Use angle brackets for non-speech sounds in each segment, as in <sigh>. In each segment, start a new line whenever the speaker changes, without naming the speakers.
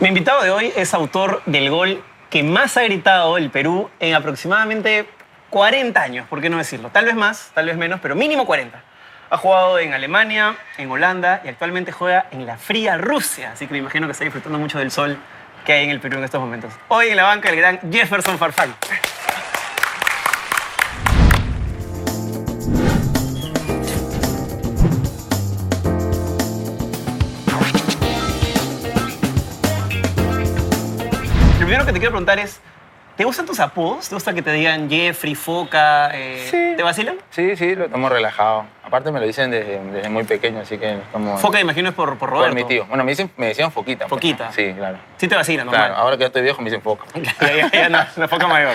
Mi invitado de hoy es autor del gol que más ha gritado el Perú en aproximadamente 40 años, ¿por qué no decirlo? Tal vez más, tal vez menos, pero mínimo 40. Ha jugado en Alemania, en Holanda y actualmente juega en la fría Rusia, así que me imagino que está disfrutando mucho del sol que hay en el Perú en estos momentos. Hoy en la banca el gran Jefferson Farfán. Lo primero que te quiero preguntar es, ¿te gustan tus apodos? ¿Te gusta que te digan Jeffrey, Foca? eh,
Sí.
¿Te vacilan?
Sí, sí, lo tomo relajado. Aparte me lo dicen desde, desde muy pequeño, así que es como...
Foca, me imagino, es por, por
por
Roberto.
mi tío. Bueno, me, dicen, me decían foquita. pues,
Foquita.
¿no? Sí, claro.
Sí te vacilan, normal.
Claro, ahora que ya estoy viejo me dicen foca.
ya, ya, ya, no, no, foca mayor.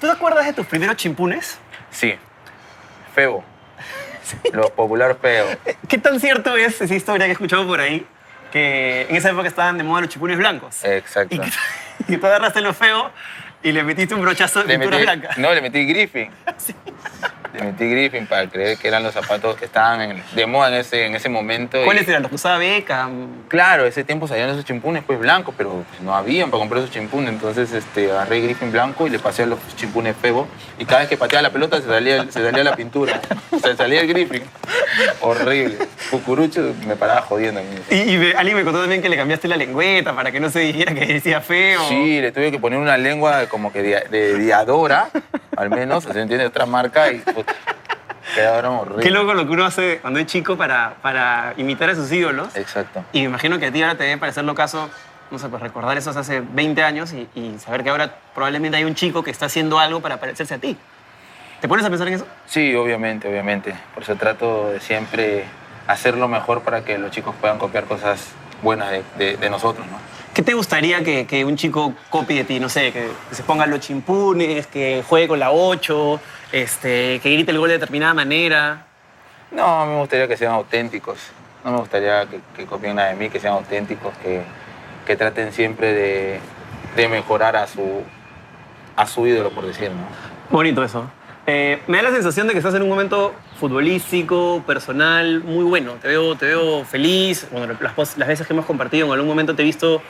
¿Tú te acuerdas de tus primeros chimpunes?
Sí.
<laughs>
Febo. Los populares feo.
Eh, ¿Qué tan cierto es esa historia que he escuchado por ahí? Que en esa época estaban de moda los chimpunes blancos.
Exacto.
Y que, <laughs> y que tú agarraste lo feo y le metiste un brochazo de
Le
pintura
metí-
blanca.
no, le metí
<laughs>
Griffin. Le metí Griffin para creer que eran los zapatos que estaban en- de moda en ese, en ese momento. y-
¿Cuáles eran? ¿Los que usaba Beckham?
Claro, ese tiempo salían esos chimpunes pues blancos, pero pues, no habían para comprar esos chimpunes. Entonces este, agarré Griffin blanco y le pasé a los chimpunes febo. Y cada vez que pateaba la pelota se salía, el- se salía la pintura. se salía el Griffin. Horrible. Cucurucho me paraba jodiendo.
Y, y me- alguien me contó también que le cambiaste la lengüeta para que no se dijera que decía feo.
Sí, le tuve que poner una lengua como que de, de diadora, al menos, se entiende otra marca y pues, puta, quedaron horribles.
Qué loco lo que uno hace cuando es chico para, para imitar a sus ídolos.
Exacto.
Y me imagino que a ti ahora te debe parecer locazo, no sé, pues recordar esos hace 20 años y, y saber que ahora probablemente hay un chico que está haciendo algo para parecerse a ti. ¿Te pones a pensar en eso?
Sí, obviamente, obviamente. Por eso trato de siempre hacer lo mejor para que los chicos puedan copiar cosas buenas de, de- de nosotros, ¿no?
¿Qué te gustaría que, que un chico copie de ti? No sé, que se ponga los chimpunes, que juegue con la 8, este, que grite el gol de determinada manera.
No, me gustaría que sean auténticos. No me gustaría que, que copien nada de mí, que sean auténticos, que, que traten siempre de, de mejorar a su, a su ídolo, por decirlo.
Bonito eso. Eh, me da la sensación de que estás en un momento futbolístico, personal, muy bueno. Te veo, te veo feliz. Bueno, las, pos- las veces que hemos compartido, en algún momento te he visto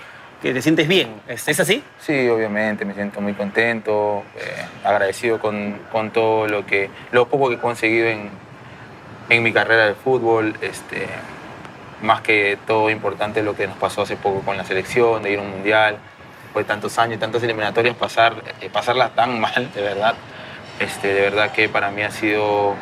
que te sientes bien. ¿Es, es así?
Sí, obviamente, me siento muy contento, eh, agradecido con, con todo lo que, lo poco que he conseguido en, en mi carrera de fútbol, este, más que todo importante lo que nos pasó hace poco con la selección, de ir a un mundial, después de tantos años, tantas eliminatorias, pasar, eh, pasarlas tan mal, de verdad, este, de verdad que para mí ha sido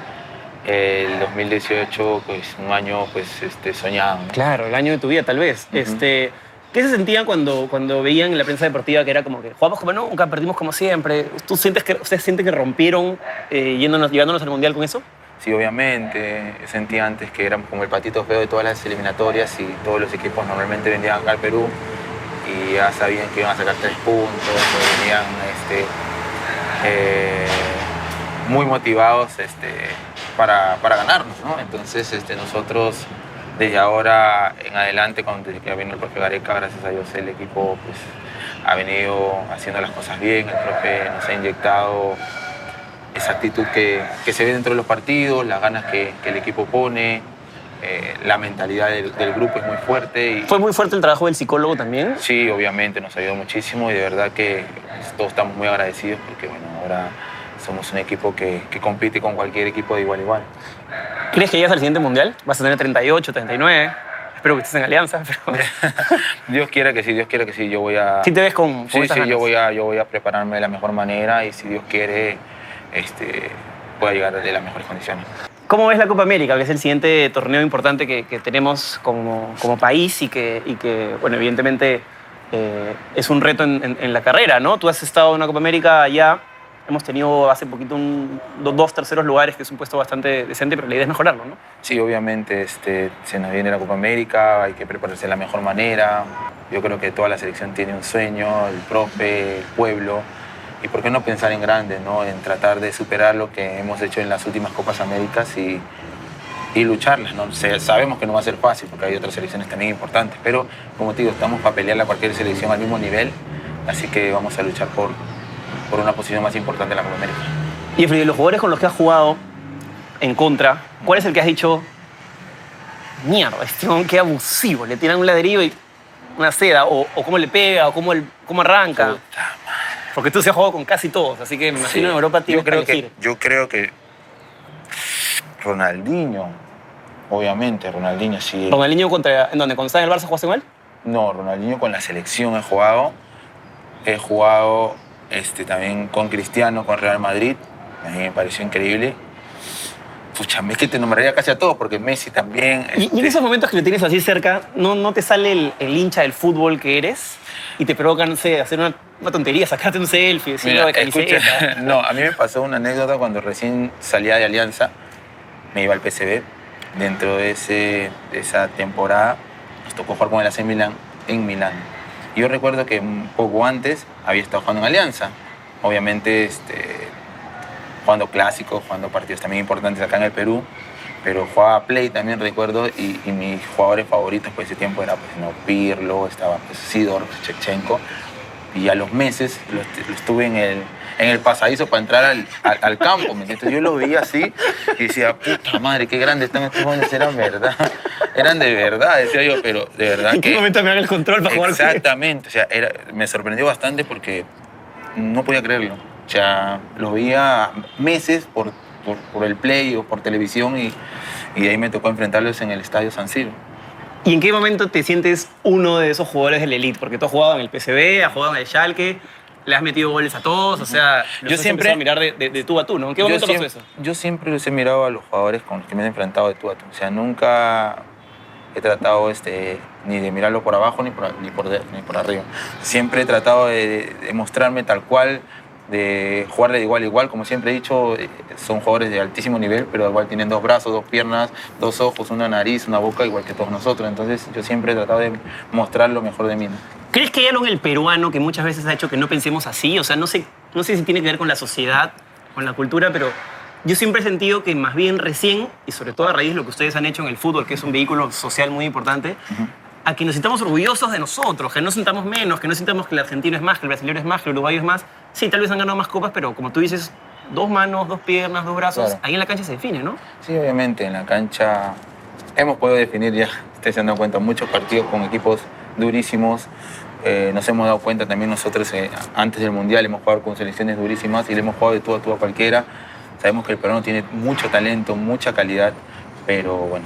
eh, el 2018 pues, un año pues, este, soñado. ¿no?
Claro, el año de tu vida, tal vez.
Ujú.
este, ¿Qué se sentían cuando, cuando veían en la prensa deportiva que era como que jugamos como nunca, perdimos como siempre? ¿Tú sientes que, ¿Ustedes sienten que rompieron eh, yéndonos, llevándonos al mundial con eso?
Sí, obviamente, sentí antes que éramos como el patito feo de todas las eliminatorias y todos los equipos normalmente venían acá al Perú y ya sabían que iban a sacar tres puntos, que venían este, eh, muy motivados este, para, para ganarnos, ¿no? Entonces este, nosotros desde ahora en adelante, cuando desde que vino el profe Gareca, gracias a Dios el equipo pues, ha venido haciendo las cosas bien, el profe nos ha inyectado esa actitud que, que se ve dentro de los partidos, las ganas que, que el equipo pone, eh, la mentalidad del, del grupo es muy fuerte. Y,
¿Fue muy fuerte el trabajo del psicólogo también?
Sí, obviamente, nos ayudó muchísimo y de verdad que todos estamos muy agradecidos porque bueno, ahora somos un equipo que, que compite con cualquier equipo de igual a igual.
¿Crees que llegas al siguiente mundial? Vas a tener 38, 39. Espero que estés en alianza, <laughs> pero...
Dios quiera que sí, Dios quiera que sí, yo voy a...
Sí te ves con, con
Sí,
esas
sí, yo
ganas.
voy, a, yo voy a prepararme de la mejor manera y si Dios quiere, este, voy a llegar de las mejores condiciones.
¿Cómo ves la Copa América, que es el siguiente torneo importante que, que tenemos como, como país y que, y que, bueno, evidentemente eh, es un reto en, en- en la carrera, ¿no? Tú has estado en una Copa América allá, hemos tenido hace poquito un- do- dos terceros lugares, que es un puesto bastante decente, pero la idea es mejorarlo, ¿no?
Sí, obviamente este, se nos viene la Copa América, hay que prepararse de la mejor manera. Yo creo que toda la selección tiene un sueño, el profe, el pueblo. Y por qué no pensar en grande, ¿no? en tratar de superar lo que hemos hecho en las últimas Copas Américas y, y lucharlas. ¿no? Se- sabemos que no va a ser fácil porque hay otras selecciones también importantes, pero como te digo, estamos para pelear a cualquier selección al mismo nivel, así que vamos a luchar por, por una posición más importante en la Copa América.
Y Efraín, de los jugadores con los que has jugado en contra, ¿cuál es el que has dicho, mierda, este hombre, qué abusivo, le tiran un ladrillo y una seda, o, o cómo le pega, o cómo, el- cómo arranca.
Puta
Porque tú se has jugado con casi todos, así que me imagino en Europa
yo
tienes
creo
que elegir.
que Yo creo que Ronaldinho, obviamente, Ronaldinho sí.
Ronaldinho contra, ¿en dónde? ¿Cuando estaba en el Barça jugaste con él?
No, Ronaldinho con la selección he jugado. He jugado este, también con Cristiano, con Real Madrid. A mí me pareció increíble. Pucha, es que te nombraría casi a todos, porque Messi también.
Y, y en
este,
esos momentos que lo tienes así cerca, ¿no, no te sale el, el hincha del fútbol que eres? Y te provocan, no sé, hacer una, una tontería, sacarte un selfie, decir
Mira,
"No, de
escucha,
camiseta.
<laughs> no, a mí me pasó una anécdota cuando recién salía de Alianza, me iba al PCB. Dentro de, ese, de esa temporada nos tocó jugar con el AC Milan en Milán. Y yo recuerdo que un poco antes había estado jugando en Alianza. Obviamente este, jugando clásicos, jugando partidos también importantes acá en el Perú. Pero jugaba Play también, recuerdo, y, y mis jugadores favoritos por ese tiempo era pues, no, Pirlo, estaba pues, Sidor, Chechenko y a los meses lo, est- lo estuve en el, en el pasadizo para entrar al, al- al campo. ¿me entiendes? Yo lo veía así y decía, puta madre, qué grandes están estos jóvenes, eran verdad, eran de verdad, decía yo, pero de
<laughs>
verdad
¿En qué
que...
momento me dan el control para jugar con él?
Exactamente, o sea, era, me sorprendió bastante porque no podía creerlo. O sea, lo veía meses por, por, por el play o por televisión y, y de ahí me tocó enfrentarlos en el Estadio San Siro.
<laughs> ¿Y en qué momento te sientes uno de esos jugadores del elite? Porque tú has jugado en el PCB, has jugado en el Schalke, le has metido goles a todos, o sea, los
Yo
has
siempre-
empezado a mirar de, de- de tú a tú, ¿no? ¿En qué momento
yo
pasó
siem-
eso?
Yo siempre los he mirado a los jugadores con los que me he enfrentado de tú a tú. O sea, nunca he tratado este, ni de mirarlo por abajo ni por, ni por, de- ni por arriba. Siempre he tratado de, de mostrarme tal cual, de jugarle de igual a igual. Como siempre he dicho, eh, son jugadores de altísimo nivel, pero igual tienen dos brazos, dos piernas, dos ojos, una nariz, una boca, igual que todos nosotros. Entonces yo siempre he tratado de mostrar lo mejor de mí. ¿no?
¿Crees que hay algo en el peruano que muchas veces ha hecho que no pensemos así? O sea, no sé, no sé si tiene que ver con la sociedad, con la cultura, pero yo siempre he sentido que más bien recién, y sobre todo a raíz de lo que ustedes han hecho en el fútbol, que es un vehículo social muy importante, a que nos sintamos orgullosos de nosotros, que no sintamos menos, que no sintamos que el argentino es más, que el brasileño es más, que el uruguayo es más. Sí, tal vez han ganado más copas, pero como tú dices, dos manos, dos piernas, dos brazos,
Claro.
ahí en la cancha se define, ¿no?
Sí, obviamente, en la cancha hemos podido definir ya, ustedes se han dado cuenta, muchos partidos con equipos durísimos. Eh, nos hemos dado cuenta también nosotros, eh, antes del Mundial, hemos jugado con selecciones durísimas y le hemos jugado de tú a tú a cualquiera. Sabemos que el peruano tiene mucho talento, mucha calidad, pero bueno,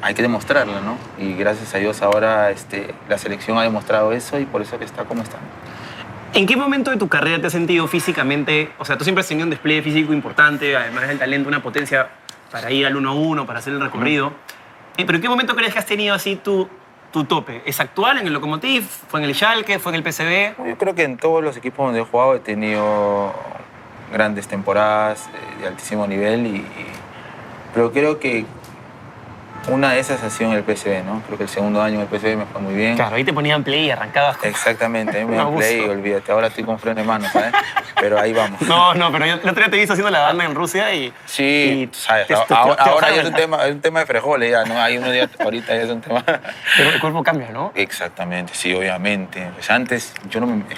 hay que demostrarlo, ¿no? Y gracias a Dios ahora este, la selección ha demostrado eso y por eso que está como está.
¿En qué momento de tu carrera te has sentido físicamente? O sea, tú siempre has tenido un despliegue físico importante, además del talento, una potencia para ir al 1-1, para hacer el recorrido. Eh, Pero ¿en qué momento crees que has tenido así tu, tu tope? ¿Es actual en el Lokomotiv? ¿Fue en el Schalke? ¿Fue en el PCB?
Yo creo que en todos los equipos donde he jugado he tenido grandes temporadas eh, de altísimo nivel, y, y- pero creo que una de esas ha sido en el PSV, ¿no? Creo que el segundo año en el PSV me fue muy bien.
Claro, ahí te ponían play y arrancabas. con-
Exactamente, ahí me
Un
dan play,
abuso.
olvídate, ahora estoy con freno de mano, ¿sabes? Pero ahí vamos.
<laughs> No, no, pero yo el otro día te vi haciendo la banda en Rusia y...
Sí,
y
tú sabes,
te- te-
ahora,
te- te
ahora ya
bajaron.
es un tema, es un tema de frijoles, ya, ¿no? Hay uno día, ahorita ya es un tema...
Pero el cuerpo cambia, ¿no?
Exactamente, sí, obviamente. Pues antes, yo no me... que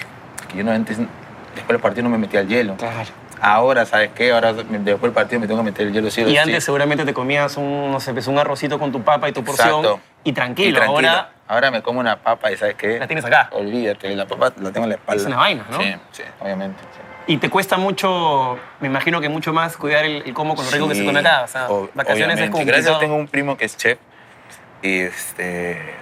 Yo no, antes, después del partido no me metía al hielo.
Claro.
Ahora, ¿sabes qué? Ahora, me- después del partido me tengo que meter el hielo sí o
Y
sí.
antes seguramente te comías un, no sé, pues, un arrocito con tu papa y tu porción.
Exacto.
Y
Y
tranquilo,
tranquilo.
ahora
Ahora me como una papa y ¿sabes qué?
la tienes acá.
Olvídate, la papa la tengo en la espalda.
Es una vaina, ¿no?
Sí, sí, obviamente. sí.
Y te cuesta mucho, me imagino que mucho más cuidar el, el cómo con lo rico que se
Sí,
come acá. O sea,
ob-
vacaciones es
obviamente.
como
Gracias, tengo un primo que es chef y, este,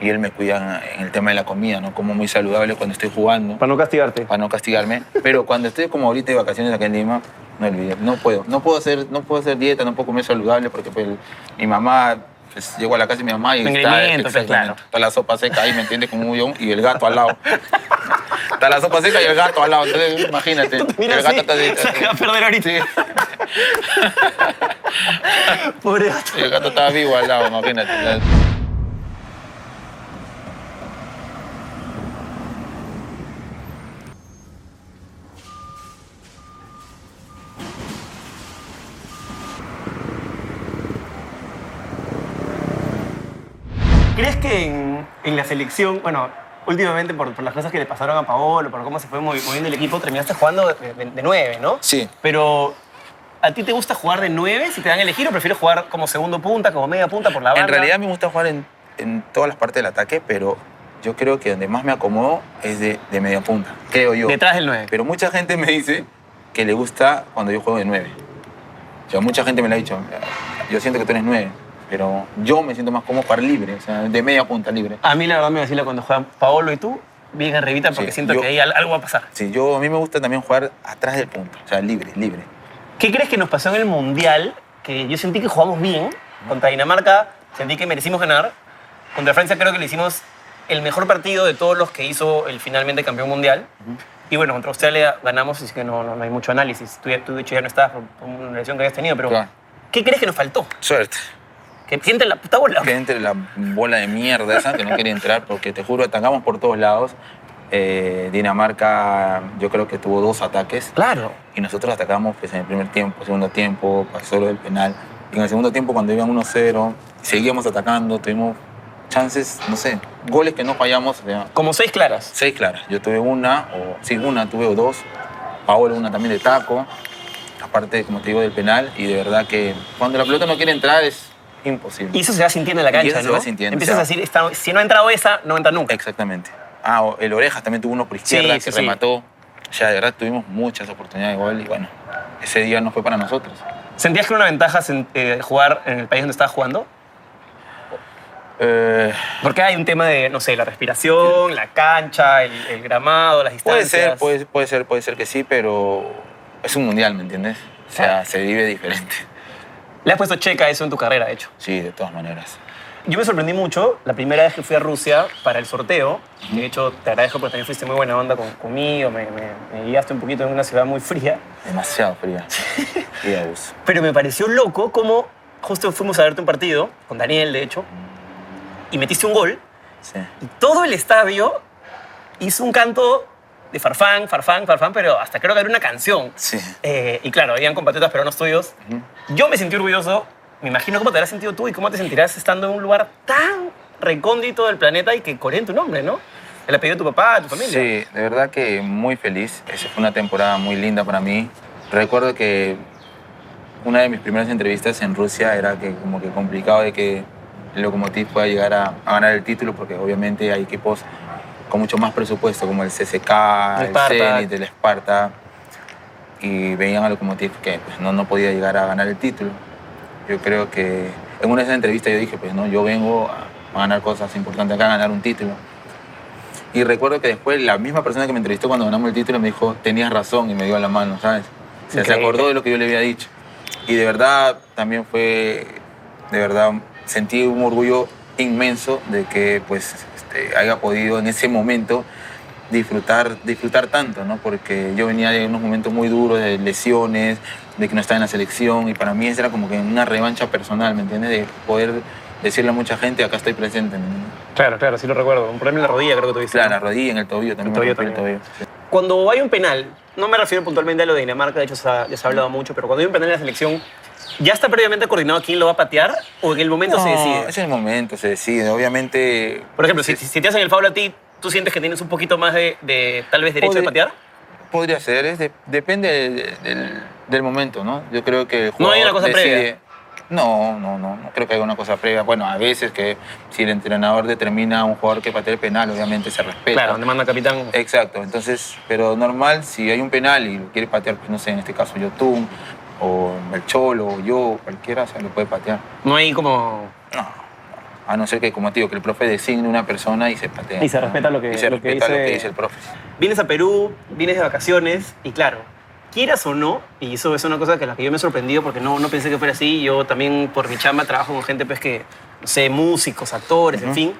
y él me cuida en el tema de la comida, ¿no? Como muy saludable cuando estoy jugando.
no castigarte.
para no castigarme. Pero cuando estoy como ahorita de vacaciones acá en Lima, no olvido, no puedo, no puedo hacer, no puedo hacer dieta, no puedo comer saludable porque pues, mi mamá pues, llego a la casa de mi mamá y está,
Ingredientes, pues,
exactamente,
claro.
está la sopa seca ahí, ¿me entiendes? Como un millón y el gato al lado. Está la sopa seca y el gato al lado. Entonces, imagínate,
<laughs> Ah, Mira,
el gato
sí,
está así,
se acaba de perder ahorita.
sí,
<laughs> Pobre gato.
el gato estaba vivo al lado, imagínate.
¿Crees que en, en la selección, bueno, últimamente por, por las cosas que le pasaron a Paolo, por cómo se fue movi- moviendo el equipo, terminaste jugando de, de- de nueve, ¿no?
Sí.
Pero, ¿a ti te gusta jugar de nueve si te dan a elegir o prefieres jugar como segundo punta, como media punta por la banda?
En realidad me gusta jugar en, en todas las partes del ataque, pero yo creo que donde más me acomodo es de, de media punta, creo yo.
Detrás del 9.
Pero mucha gente me dice que le gusta cuando yo juego de 9. O sea, mucha gente me lo ha dicho. Yo siento que tú eres 9, pero yo me siento más cómodo para libre, o sea, de media punta libre.
A mí la verdad me vacila cuando juegan Paolo y tú, bien arribita, porque
Sí,
siento
yo-
que ahí al- algo va a pasar.
Sí, yo, a mí me gusta también jugar atrás del punto, o sea, libre, libre.
¿Qué crees que nos pasó en el Mundial? Que yo sentí que jugamos bien. Contra Dinamarca sentí que merecimos ganar. Contra Francia creo que le hicimos el mejor partido de todos los que hizo el finalmente campeón mundial. Y bueno, contra Australia ganamos, así que no, no, no hay mucho análisis. Tú, ya- tú de hecho ya no estabas por, por una lesión que habías tenido, pero
Claro.
¿qué crees que nos faltó?
Suerte.
Que siente la puta bola.
Que entre la bola de mierda esa que no quería entrar, porque te juro, atacamos por todos lados. Eh, Dinamarca, yo creo que tuvo dos ataques.
Claro.
y nosotros atacamos pues, en el primer tiempo, segundo tiempo, pasó lo del penal. Y en el segundo tiempo, cuando iban 1-0, seguíamos atacando, tuvimos chances, no sé, goles que no fallamos, o sea,
Como seis claras.
seis claras. Yo tuve una, o sí, una, tuve o dos. Paolo una también de taco, aparte, como te digo, del penal. Y de verdad que cuando la pelota no quiere entrar es imposible.
Y eso se va sintiendo en la
Y
cancha,
eso se
¿no?
va sintiendo,
Empiezas
o sea.
a decir, "Esta- si no ha entrado esa, no entra nunca.
Exactamente. Ah, o el Orejas también tuvo uno por izquierda
Sí, sí,
que
sí.
remató. O sea, de verdad tuvimos muchas oportunidades de gol y bueno, ese día no fue para nosotros.
¿Sentías que era una ventaja sen- eh, jugar en el país donde estabas jugando?
Eh,
Porque hay un tema de, no sé, la respiración, la cancha, el, el gramado, las
Puede
distancias.
ser, puede, puede ser, puede ser que sí, pero es un mundial, ¿me entiendes? O sea, se vive diferente. <laughs>
Le has puesto checa a eso en tu carrera, de hecho.
Sí, de todas maneras.
Yo me sorprendí mucho la primera vez que fui a Rusia para el sorteo. De hecho, te agradezco porque también fuiste muy buena onda con- conmigo, me, me- me guiaste un poquito en una ciudad muy fría.
Demasiado fría. Y de abuso.
Pero me pareció loco como justo fuimos a verte un partido, con Daniel, de hecho, y metiste un gol
Sí.
Y todo el estadio hizo un canto de farfán, farfán, farfán, pero hasta creo que era una canción.
Sí.
Eh, y claro, habían compatriotas peruanos tuyos. Yo me sentí orgulloso. Me imagino cómo te habrás sentido tú y cómo te sentirás estando en un lugar tan recóndito del planeta y que coreen tu nombre, ¿no? El apellido de tu papá, de tu familia.
Sí, de verdad que muy feliz. Esa fue una temporada muy linda para mí. Recuerdo que una de mis primeras entrevistas en Rusia era que como que complicado de que el Lokomotiv pueda llegar a, a ganar el título porque obviamente hay equipos con mucho más presupuesto como el CSK,
El
el
Spartak.
Zenit, el Sparta y veían al Lokomotiv que pues, no, no podía llegar a ganar el título. Yo creo que en una de esas entrevistas yo dije, pues no, yo vengo a, a ganar cosas importantes acá, a ganar un título. Y recuerdo que después la misma persona que me entrevistó cuando ganamos el título me dijo, tenías razón y me dio la mano, ¿sabes? O sea, se
Increíble.
acordó de lo que yo le había dicho. Y de verdad también fue, de verdad, sentí un orgullo inmenso de que pues este, haya podido en ese momento disfrutar, disfrutar tanto, ¿no? Porque yo venía de unos momentos muy duros, de lesiones, de que no estaba en la selección, y para mí esa era como que una revancha personal, ¿me entiendes? De poder decirle a mucha gente, acá estoy presente, ¿me entiendes?
Claro, claro, sí lo recuerdo. Un problema en la rodilla creo que tuviste.
Claro, en la rodilla, en el tobillo también. me
tobillo
rompí
también.
tobillo.
Cuando hay un penal, no me refiero puntualmente a lo de Dinamarca, de hecho se ha, ya se ha
Mm.
hablado mucho, pero cuando hay un penal en la selección, ¿ya está previamente coordinado quién lo va a patear o en el momento se
No,
decide?
Es el momento, se decide. Obviamente.
Por ejemplo, si,
Sí.
si te hacen el foul a ti, ¿tú sientes que tienes un poquito más de, de, tal vez derecho de
Podría-
patear?
Podría ser, es de- depende del, del- del momento, ¿no? Yo creo que el
No hay
jugador
una cosa
decide-
previa.
No, no, no, no creo que haya una cosa previa. Bueno, a veces que si el entrenador determina a un jugador que patea el penal, obviamente se respeta.
Claro, Eh. donde manda capitán.
Exacto, entonces, pero normal, si hay un penal y lo quiere patear, pues no sé, en este caso Yotun, o el Cholo, o yo, cualquiera, o sea, lo puede patear.
No hay como.
No, a no ser que, como te digo, que el profe designe una persona y se patea.
Y se
¿no?
respeta lo que-
y se
lo que
respeta lo que
dice-
dice el profe.
Vienes a Perú, vienes de vacaciones, y claro, quieras o no, y eso es una cosa que la que yo me he sorprendido porque no, no pensé que fuera así. Yo también, por mi chamba, trabajo con gente, pues que, no sé, músicos, actores, en
Ujú.
fin.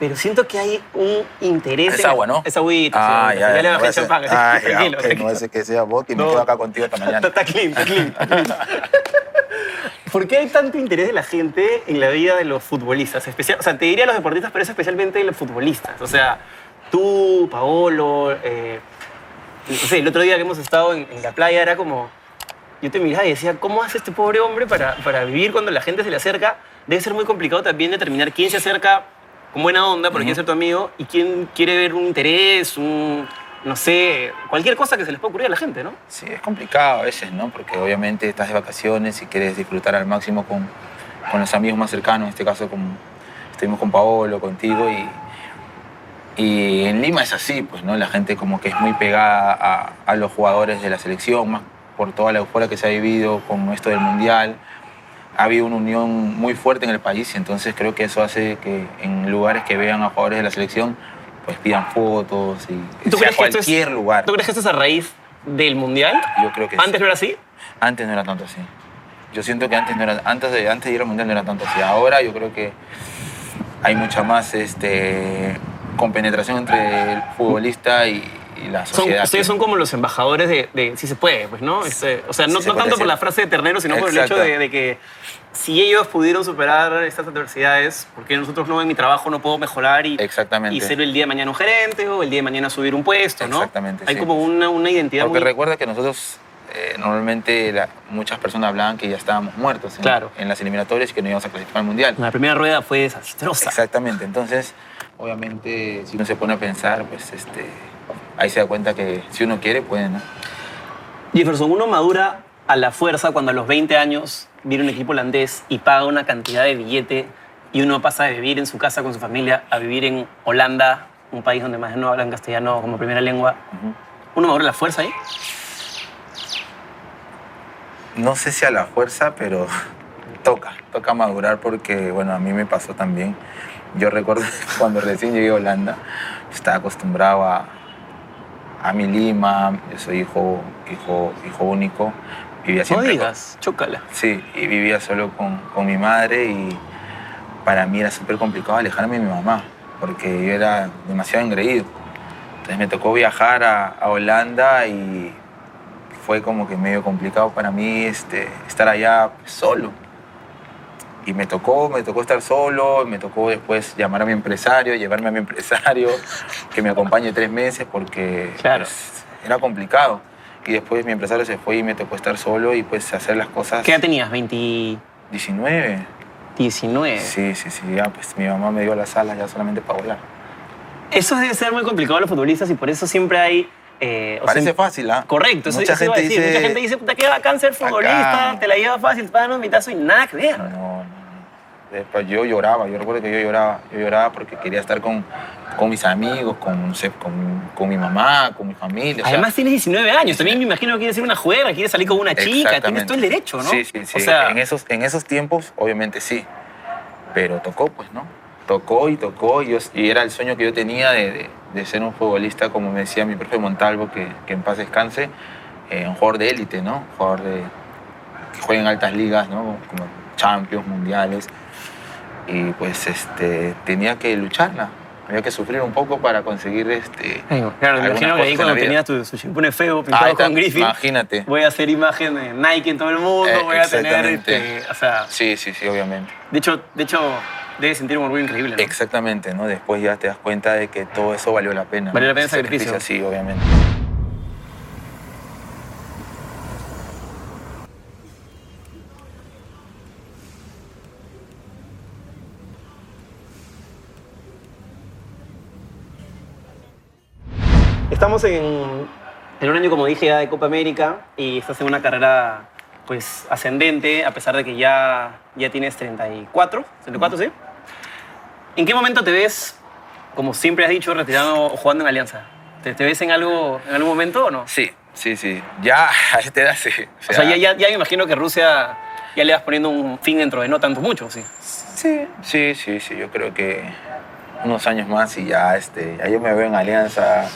Pero siento que hay un interés.
Es
en-
agua, ¿no? Ah,
Es agüita. sí, Ah, ya, le
no
bajé
voy a
el
hacer-
champán. así,
Ah, ya,
tranquilo,
ok,
tranquilo.
No hace que sea vodka y me
No.
quedo acá contigo esta
Está,
mañana.
está clean, está clean. está clean. ¿Por qué hay tanto interés de la gente en la vida de los futbolistas? Especial, o sea, te diría los deportistas, pero es especialmente de los futbolistas. O sea, tú, Paolo, eh, no sé, el otro día que hemos estado en, en la playa era como... Yo te miraba y decía, ¿cómo hace este pobre hombre para, para vivir cuando la gente se le acerca? Debe ser muy complicado también determinar quién se acerca con buena onda, porque
Ujú.
quiere ser tu amigo, y quién quiere ver un interés, un... No sé, cualquier cosa que se les pueda ocurrir a la gente, ¿no?
Sí, es complicado a veces, ¿no? Porque obviamente estás de vacaciones y quieres disfrutar al máximo con, con los amigos más cercanos, en este caso con, estuvimos con Paolo, contigo, y, Y en Lima es así, pues, ¿no? La gente como que es muy pegada a, a los jugadores de la selección, más por toda la euforia que se ha vivido con esto del Mundial. Ha habido una unión muy fuerte en el país, entonces creo que eso hace que en lugares que vean a jugadores de la selección, pues pidan fotos y
¿Tú
sea
crees que esto
cualquier
es-
lugar.
¿Tú crees que esto es a raíz del mundial?
Yo creo que sí.
¿Antes no era así?
Antes no era tanto así. Yo siento que antes no era, antes de, antes de ir al mundial no era tanto así. Ahora yo creo que hay mucha más este, compenetración entre el futbolista y, y la
Son-
sociedad.
ustedes son como los embajadores de, de si se puede, pues, ¿no? Este, o sea, no,
Sí se
no
puede
tanto por
decir.
la frase de ternero, sino por el hecho
Exacto.
de, de que si ellos pudieron superar estas adversidades, porque nosotros no en mi trabajo no puedo mejorar y,
Exactamente.
y ser el día de mañana un gerente o el día de mañana subir un puesto, ¿no?
Exactamente,
Hay
sí.
como una, una identidad
Porque
muy...
recuerda que nosotros eh, normalmente la- muchas personas hablaban que ya estábamos muertos en,
Claro.
en las eliminatorias y que no íbamos a clasificar al mundial.
La primera rueda fue desastrosa.
Exactamente. Entonces, obviamente, si uno se pone a pensar, pues este, ahí se da cuenta que si uno quiere, puede, ¿no?
Jefferson, uno madura a la fuerza cuando a los 20 años viene un equipo holandés y paga una cantidad de billete y uno pasa de vivir en su casa con su familia a vivir en Holanda, un país donde más no hablan castellano como primera lengua.
Ujú.
¿Uno madura a la fuerza ahí?
no sé si a la fuerza, pero toca, toca madurar porque, bueno, a mí me pasó también. Yo recuerdo <laughs> cuando recién llegué a Holanda, estaba acostumbrado a, a mi Lima, yo soy hijo, hijo, hijo único, vivía
No
siempre con-
digas, chócala.
Sí, y vivía solo con, con mi madre y para mí era súper complicado alejarme de mi mamá porque yo era demasiado engreído. Entonces me tocó viajar a, a Holanda y fue como que medio complicado para mí este, estar allá solo. Y me tocó, me tocó estar solo, me tocó después llamar a mi empresario, llevarme a mi empresario,
<laughs>
que me acompañe tres meses porque
Claro.
pues, era complicado. Y después mi empresario se fue y me tocó estar solo y pues hacer las cosas.
¿Qué edad tenías? 20,
19.
19.
Sí, sí, sí, ya pues mi mamá me dio la sala ya solamente para volar.
Eso debe ser muy complicado a los futbolistas y por eso siempre hay... eh, o
Parece
sea,
fácil, ¿ah?
Correcto, eso,
Mucha
eso iba a
gente
decir.
dice-
Mucha gente dice, puta, qué bacán ser futbolista,
Bacán.
te la lleva fácil, te pagan un mitazo y nada que ver.
No, no, no. Después Eh, pues, yo lloraba, yo recuerdo que yo lloraba, yo lloraba porque quería estar con, con mis amigos, con, no sé, con, con mi mamá, con mi familia. o sea,
Además tienes 19 años, también me imagino que quieres ir a una juega, quieres salir con una chica, tienes
Exactamente.
todo el derecho, ¿no?
Sí, sí, sí.
O sea,
en, esos, en esos tiempos, obviamente sí. Pero tocó, pues, ¿no? Tocó y tocó. Y, yo- y era el sueño que yo tenía de, de- de ser un futbolista, como me decía mi profe Montalvo, que, que en paz descanse, eh, un jugador de élite, ¿no? Un jugador de, que juega en altas ligas, ¿no? Como Champions, Mundiales. Y pues este, tenía que lucharla. Había que sufrir un poco para conseguir este.
Ay, claro, me
algunas
imagino que
cosas
ahí
en
cuando
la vida.
tenías tu, su chimpune feo
Ah,
pintado
está,
con Griffin,
Imagínate.
voy a hacer imagen de Nike en todo el mundo,
Eh,
voy a tener,
exactamente.
este, o sea,
Sí, sí, sí, obviamente.
de hecho, de hecho, debes sentir un orgullo increíble, ¿no?
Exactamente, ¿no? Después ya te das cuenta de que todo eso valió la pena.
Valió la pena el
Ese
sacrificio.
Sí, obviamente.
Estamos en, en un año, como dije, ya de Copa América y estás en una carrera pues ascendente, a pesar de que ya, ya tienes 34, 34, ¿sí? ¿En qué momento te ves, como siempre has dicho, retirado o jugando en Alianza? ¿Te, te ves en algo en algún momento o no?
Sí, sí, sí. Ya <laughs> a esta edad sí. O
O sea, ya, ya, ya me imagino que Rusia ya le vas poniendo un fin dentro de no tanto mucho, ¿sí?
Sí, sí, sí, sí. Yo creo que unos años más y ya, este, ya yo me veo en Alianza.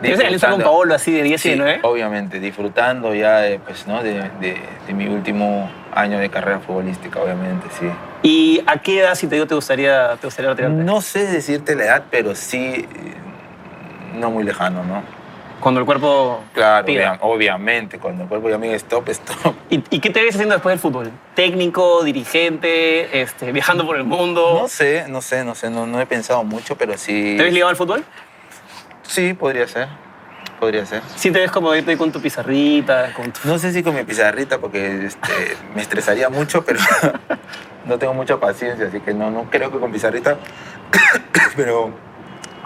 ¿Te ves en Alianza con
disfrutando.
Paolo así de 10 y de
Sí,
9?
obviamente, disfrutando ya de, pues, ¿no? de, de- de mi último año de carrera futbolística, obviamente, sí.
¿Y a qué edad, si te digo, te gustaría, te gustaría retirarte?
No sé decirte la edad, pero sí, eh, no muy lejano, ¿no?
Cuando el cuerpo...
Claro,
Pida.
obvia- obviamente, cuando el cuerpo ya me diga
<laughs>
stop, stop.
¿Y, y qué te ves haciendo después del fútbol? ¿Técnico, dirigente, este, viajando por el mundo?
No sé, no sé, no sé, no, no he pensado mucho, pero sí.
¿Te ves ligado al fútbol?
Sí, podría ser, podría ser.
Sí, te ves como irte con tu pizarrita, con tu...
No sé si con mi pizarrita, porque este, me estresaría mucho, pero <laughs> no tengo mucha paciencia, así que no, no creo que con pizarrita, <coughs> pero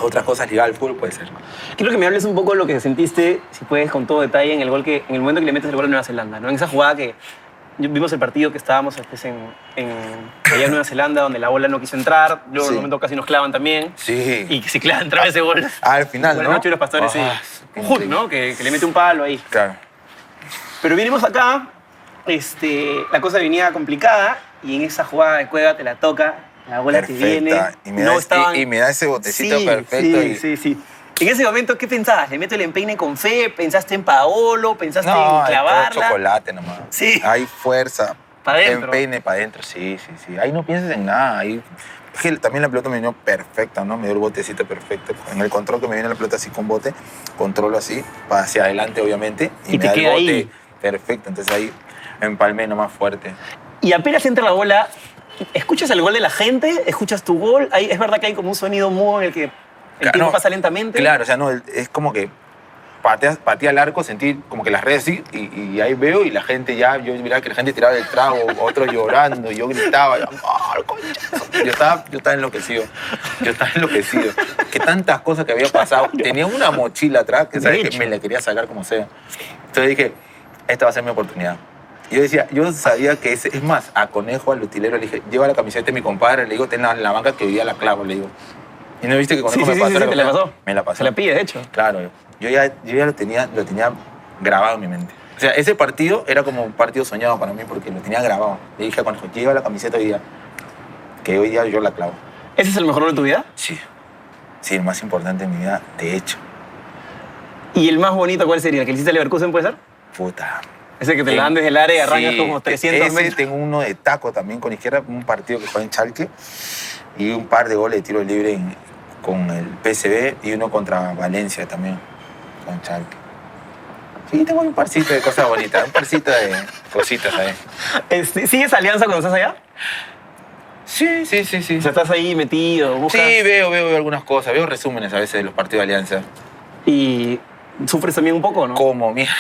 otras cosas ligadas al fútbol puede ser.
Quiero que me hables un poco de lo que sentiste, si puedes, con todo detalle, en el gol que, en el momento que le metes el gol a Nueva Zelanda, ¿no? En esa jugada que yo- vimos el partido que estábamos pues, en, en- allá en Nueva Zelanda, donde la bola no quiso entrar, luego en
Sí.
un momento casi nos clavan también,
Sí.
y que se clavan otra vez de bola.
Ah, al final,
Buenas
¿no?
noches, los pastores, sí.
Ah, qué
Hulk,
increíble.
¿no? Que, que le mete un palo ahí.
Claro.
Pero vinimos acá, este, la cosa venía complicada, y en esa jugada de cueva te la toca, la bola te viene.
Perfecta. Y me, da
no
ese-
estaban-
y, me da ese botecito
Sí,
perfecto.
Sí,
y-
sí, sí. En ese momento, ¿qué pensabas? ¿Le meto el empeine con fe? ¿Pensaste en Paolo? ¿Pensaste
No,
en
es puro
clavarla?
chocolate nomás.
Sí.
Hay fuerza.
Pa' dentro.
Empeine para adentro, sí, sí, sí. Ahí no pienses en nada. Ahí es que también la pelota me vino perfecta, ¿no? Me dio el botecito perfecto. En el control que me viene la pelota así con bote, controlo así, para hacia adelante, obviamente. Y,
Y
me
te
da el
queda
bote
ahí.
perfecto. Entonces ahí empalmé nomás fuerte.
Y apenas entra la bola, escuchas el gol de la gente, escuchas tu gol. Hay- es verdad que hay como un sonido mudo en el que el
Claro,
tiempo
no,
pasa lentamente.
Claro, o sea, no, el- es como que pateas, patea el arco, sentí como que las redes sí, y, y ahí veo y la gente ya, yo miraba que la gente tiraba el trago, otros llorando, y yo gritaba, ya, "¡Gol, conchazo!". yo estaba, yo estaba enloquecido, yo estaba enloquecido, que tantas cosas que había pasado, tenía una mochila atrás que,
De
¿sabes?
hecho.
que me la quería sacar como sea, entonces dije, esta va a ser mi oportunidad. Yo decía, yo sabía que ese, es más, a Conejo, al utilero, le dije, lleva la camiseta de mi compadre, le digo, ten la, en la banca que hoy día la clavo, le digo. Y no viste que
Sí,
Conejo
sí,
me
sí,
pasó
sí, sí, te la
camiseta?
pasó.
Me la pasó.
Se la pide, de hecho.
Claro, yo ya, yo ya lo, tenía, lo tenía grabado en mi mente. O sea, ese partido era como un partido soñado para mí porque lo tenía grabado. Le dije a Conejo, lleva la camiseta hoy día, que hoy día yo la clavo.
¿Ese es el mejor gol de tu vida?
Sí. Sí, el más importante de mi vida, de hecho.
¿Y el más bonito cuál sería? ¿El que le hiciste a Leverkusen puede ser?
Puta.
Ese que te la
Eh,
dan desde el área y arrancas
sí,
como 300
ese
metros.
tengo uno de taco también con izquierda, un partido que juega en Chalque y un par de goles de tiro libre en- con el PSV y uno contra Valencia también con Chalque. Sí, tengo un parcito de cosas bonitas, un parcito de cositas ahí.
Este, ¿Sigues alianza cuando estás allá?
Sí, sí, sí, sí.
O sea, estás ahí metido, buscas.
Sí, veo, veo, veo algunas cosas, veo resúmenes a veces de los partidos de Alianza.
Y sufres también un poco, ¿no?
Como, <laughs> mira,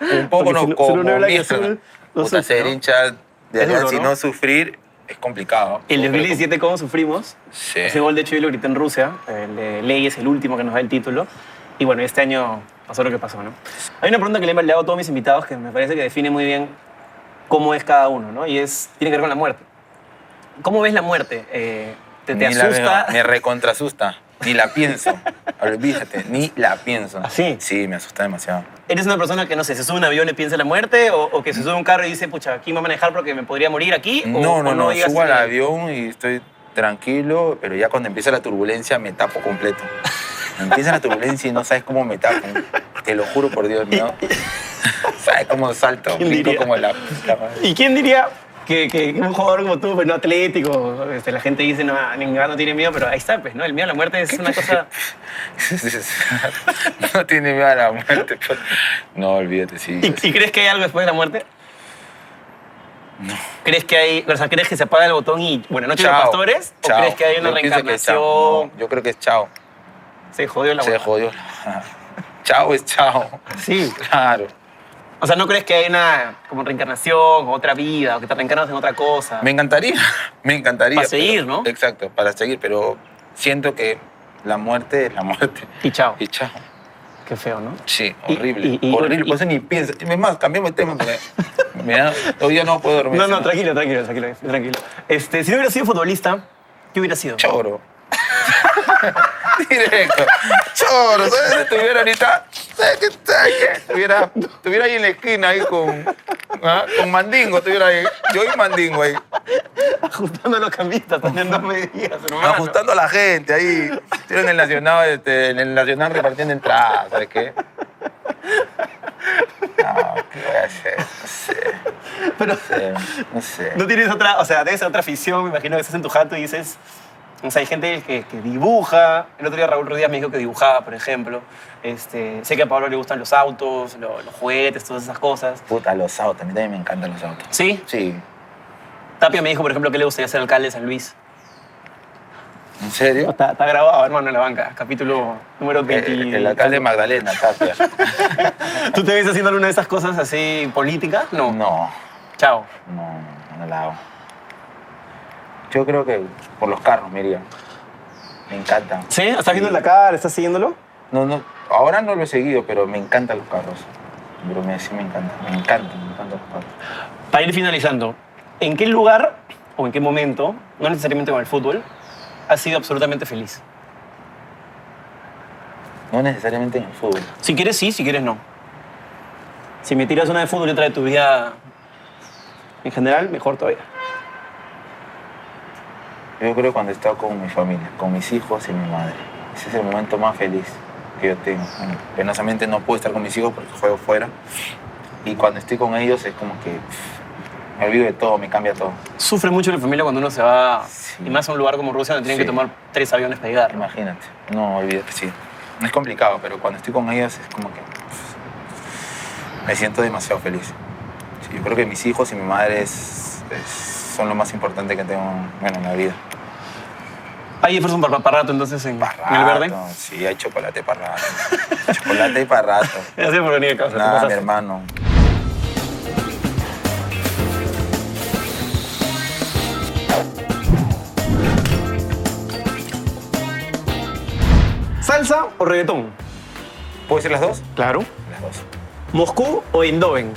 un poco
Porque si
no
no- si no
como,
no habla que
mierda.
azul, no
Puta,
sufre,
ser
¿no?
hincha de
Es duro,
Alianza y
¿no?
no sufrir es complicado.
El
Pero
2017, ¿cómo sufrimos?
Sí.
Ese gol, de hecho, yo lo grité en Rusia. El de Ley es el último que nos da el título. Y bueno, este año pasó lo que pasó, ¿no? Hay una pregunta que le le hago a todos mis invitados que me parece que define muy bien cómo es cada uno, ¿no? Y es, tiene que ver con la muerte. ¿Cómo ves la muerte? Eh, ¿Te, te
Ni la
asusta?
veo, me recontrasusta. Ni la
<laughs>
pienso. Olvídate, ni la pienso.
¿Ah, sí?
Sí, me asusta demasiado.
¿Eres una persona que, no sé, se sube a un avión y piensa en la muerte? ¿O, o que se sube a un carro y dice, pucha, aquí me voy a manejar porque me podría morir aquí? o-
No,
o
no, no.
llegas-
Subo al avión y estoy tranquilo, pero ya cuando empieza la turbulencia me tapo
<laughs>
completo. Empieza la turbulencia y no sabes cómo me tapo. Te lo juro por Dios,
<laughs>
¿no? ¿Sabes cómo salto?
¿Quién
Brinco
diría?
como la puta madre. <laughs>
¿Y quién diría que, que un jugador como tú, pues no atlético, este, la gente dice, no, ningún no tiene miedo, pero ahí está, pues, ¿no? El miedo a la muerte es una
<laughs>
cosa...
No tiene miedo a la muerte. pues. No, olvídate, sí.
¿Y, y crees que hay algo después de la muerte? No. ¿Crees que hay, o sea, crees que se apaga el botón y, bueno, no tiene
Chao,
pastores?
chao.
¿O crees que hay una
Yo pienso que es chao.
reencarnación?
No, yo creo que es chao.
Se jodió la
Se
muerte.
jodió. chao es chao.
Sí.
Claro.
O sea, ¿no crees que hay una como reencarnación o otra vida o que te reencarnas en otra cosa?
Me encantaría, <laughs> me encantaría.
Para seguir, ¿no?
pero- Exacto, para seguir, pero siento que la muerte es la muerte.
Y chao.
Y chao.
Qué feo, ¿no?
Sí,
Y-
horrible.
y- y- y-
horrible. por eso ni pienso. Es más, cambiamos de tema porque me da- todavía no puedo dormir.
No, no, tranquilo, tranquilo, tranquilo, tranquilo. Este, si no hubiera sido futbolista, ¿qué hubiera sido?
Choro. <laughs> Directo. Choro. ¿Sabes si estuviera ahorita? ¿Sabes qué? ¿Sabes qué? Estuviera, estuviera ahí en la esquina, ahí con, ¿ah? con Mandingo, estuviera ahí. Yo y Mandingo ahí.
Ajustando los cambistas, también dos medidas, hermano.
Ajustando a la gente ahí. Estoy en el Nacional, este, en el Nacional repartiendo entradas, ¿sabes qué? No, ¿qué voy a hacer? No sé.
Pero-
no sé. Eh, No sé.
No tienes otra, o sea, tienes otra afición, me imagino que estás en tu jato y dices, o sea, hay gente que, que dibuja, el otro día Raúl Rodríguez me dijo que dibujaba, por ejemplo, este, sé que a Pablo le gustan los autos, lo- los juguetes, todas esas cosas.
Puta, los autos. A mí también me encantan los autos.
Sí,
Sí.
Tapia me dijo, por ejemplo, que le gustaría ser alcalde de San Luis.
¿En serio?
Está, está grabado, hermano, en la banca, capítulo número
El,
20.
Eh, el- el alcalde Magdalena, Tapia. <laughs>
¿Tú te ves haciendo alguna de esas cosas así políticas? No.
No,
Chao.
no, no la hago. Yo creo que por los carros me iría. Me encantan.
¿Sí? ¿Estás viendo la cara? ¿Estás siguiéndolo?
No, no, ahora no lo he seguido, pero me encantan los carros. Pero me, sí me encantan, me encantan, me encantan los carros.
Para ir finalizando, ¿en qué lugar o en qué momento, no necesariamente con el fútbol, has sido absolutamente feliz?
No necesariamente en el fútbol.
Si quieres sí, si quieres no. Si me tiras una de fútbol y otra de tu vida en general, mejor todavía.
Yo creo cuando he estado con mi familia, con mis hijos y mi madre. Ese es el momento más feliz que yo tengo. Bueno, penosamente no puedo estar con mis hijos porque juego fuera. Y cuando estoy con ellos es como que pff, me olvido de todo, me cambia todo.
Sufre mucho la familia cuando uno se va,
Sí.
y más a un lugar como Rusia donde tienen
Sí.
que tomar tres aviones para llegar. ¿no?
Imagínate. No, olvídate, sí. Es complicado, pero cuando estoy con ellos es como que pff, me siento demasiado feliz. Sí, yo creo que mis hijos y mi madre es- es- son lo más importante que tengo bueno, en la vida.
Hay Jefferson para, para rato entonces en,
Pa'
en el verde.
rato, Sí, hay chocolate para rato. <laughs> chocolate y para rato.
Gracias por venir, causa, te
Nada, mi
pasaste.
hermano.
¿Salsa o reggaetón?
¿Puedo decir las dos?
Claro.
Las dos.
¿Moscú o Eindhoven?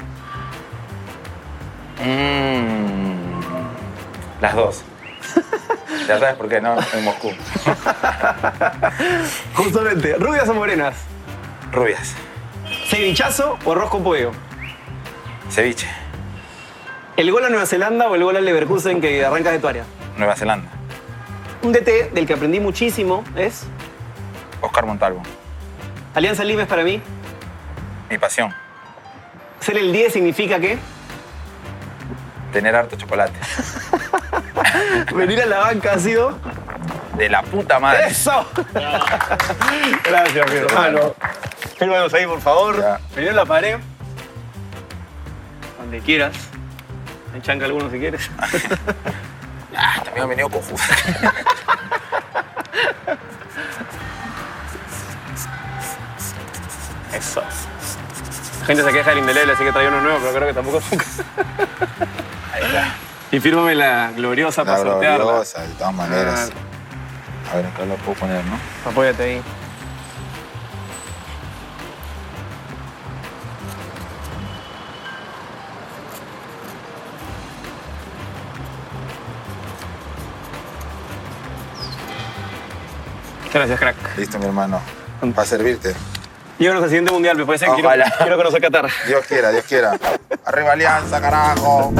Mm, las <laughs> dos. ya sabes por qué, ¿no? En Moscú.
Justamente. ¿Rubias o morenas?
Rubias.
¿Cevichazo o arroz con pollo?
Ceviche.
¿El gol a Nueva Zelanda o el gol al Leverkusen que arrancas de tu área?
Nueva Zelanda.
Un DT del que aprendí muchísimo es
Oscar Montalvo.
Alianza Lima es para mí.
Mi pasión.
Ser el 10 significa que
Tener harto chocolate.
venir a la banca ha sido
De la puta madre.
¡Eso! Gracias, mi hermano. Fírmanos ahí, por favor.
Ya.
Primero la pared. Donde quieras. Enchanca alguno si quieres.
Ah, también han venido cojudo.
Eso. La gente se queja del indeleble, así que trae uno nuevo, pero creo que tampoco es un-
Ahí está.
Y fírmame la gloriosa para
<laughs> La
sortearla.
gloriosa, de todas maneras. A ver, acá lo puedo poner, ¿no?
Apóyate ahí. Gracias, crack.
Listo, mi hermano. Para servirte.
Llévanos al siguiente mundial, me parece. que Quiero,
Ojalá. <laughs>
quiero conocer Qatar.
Dios quiera, Dios quiera. Arriba Alianza, carajo.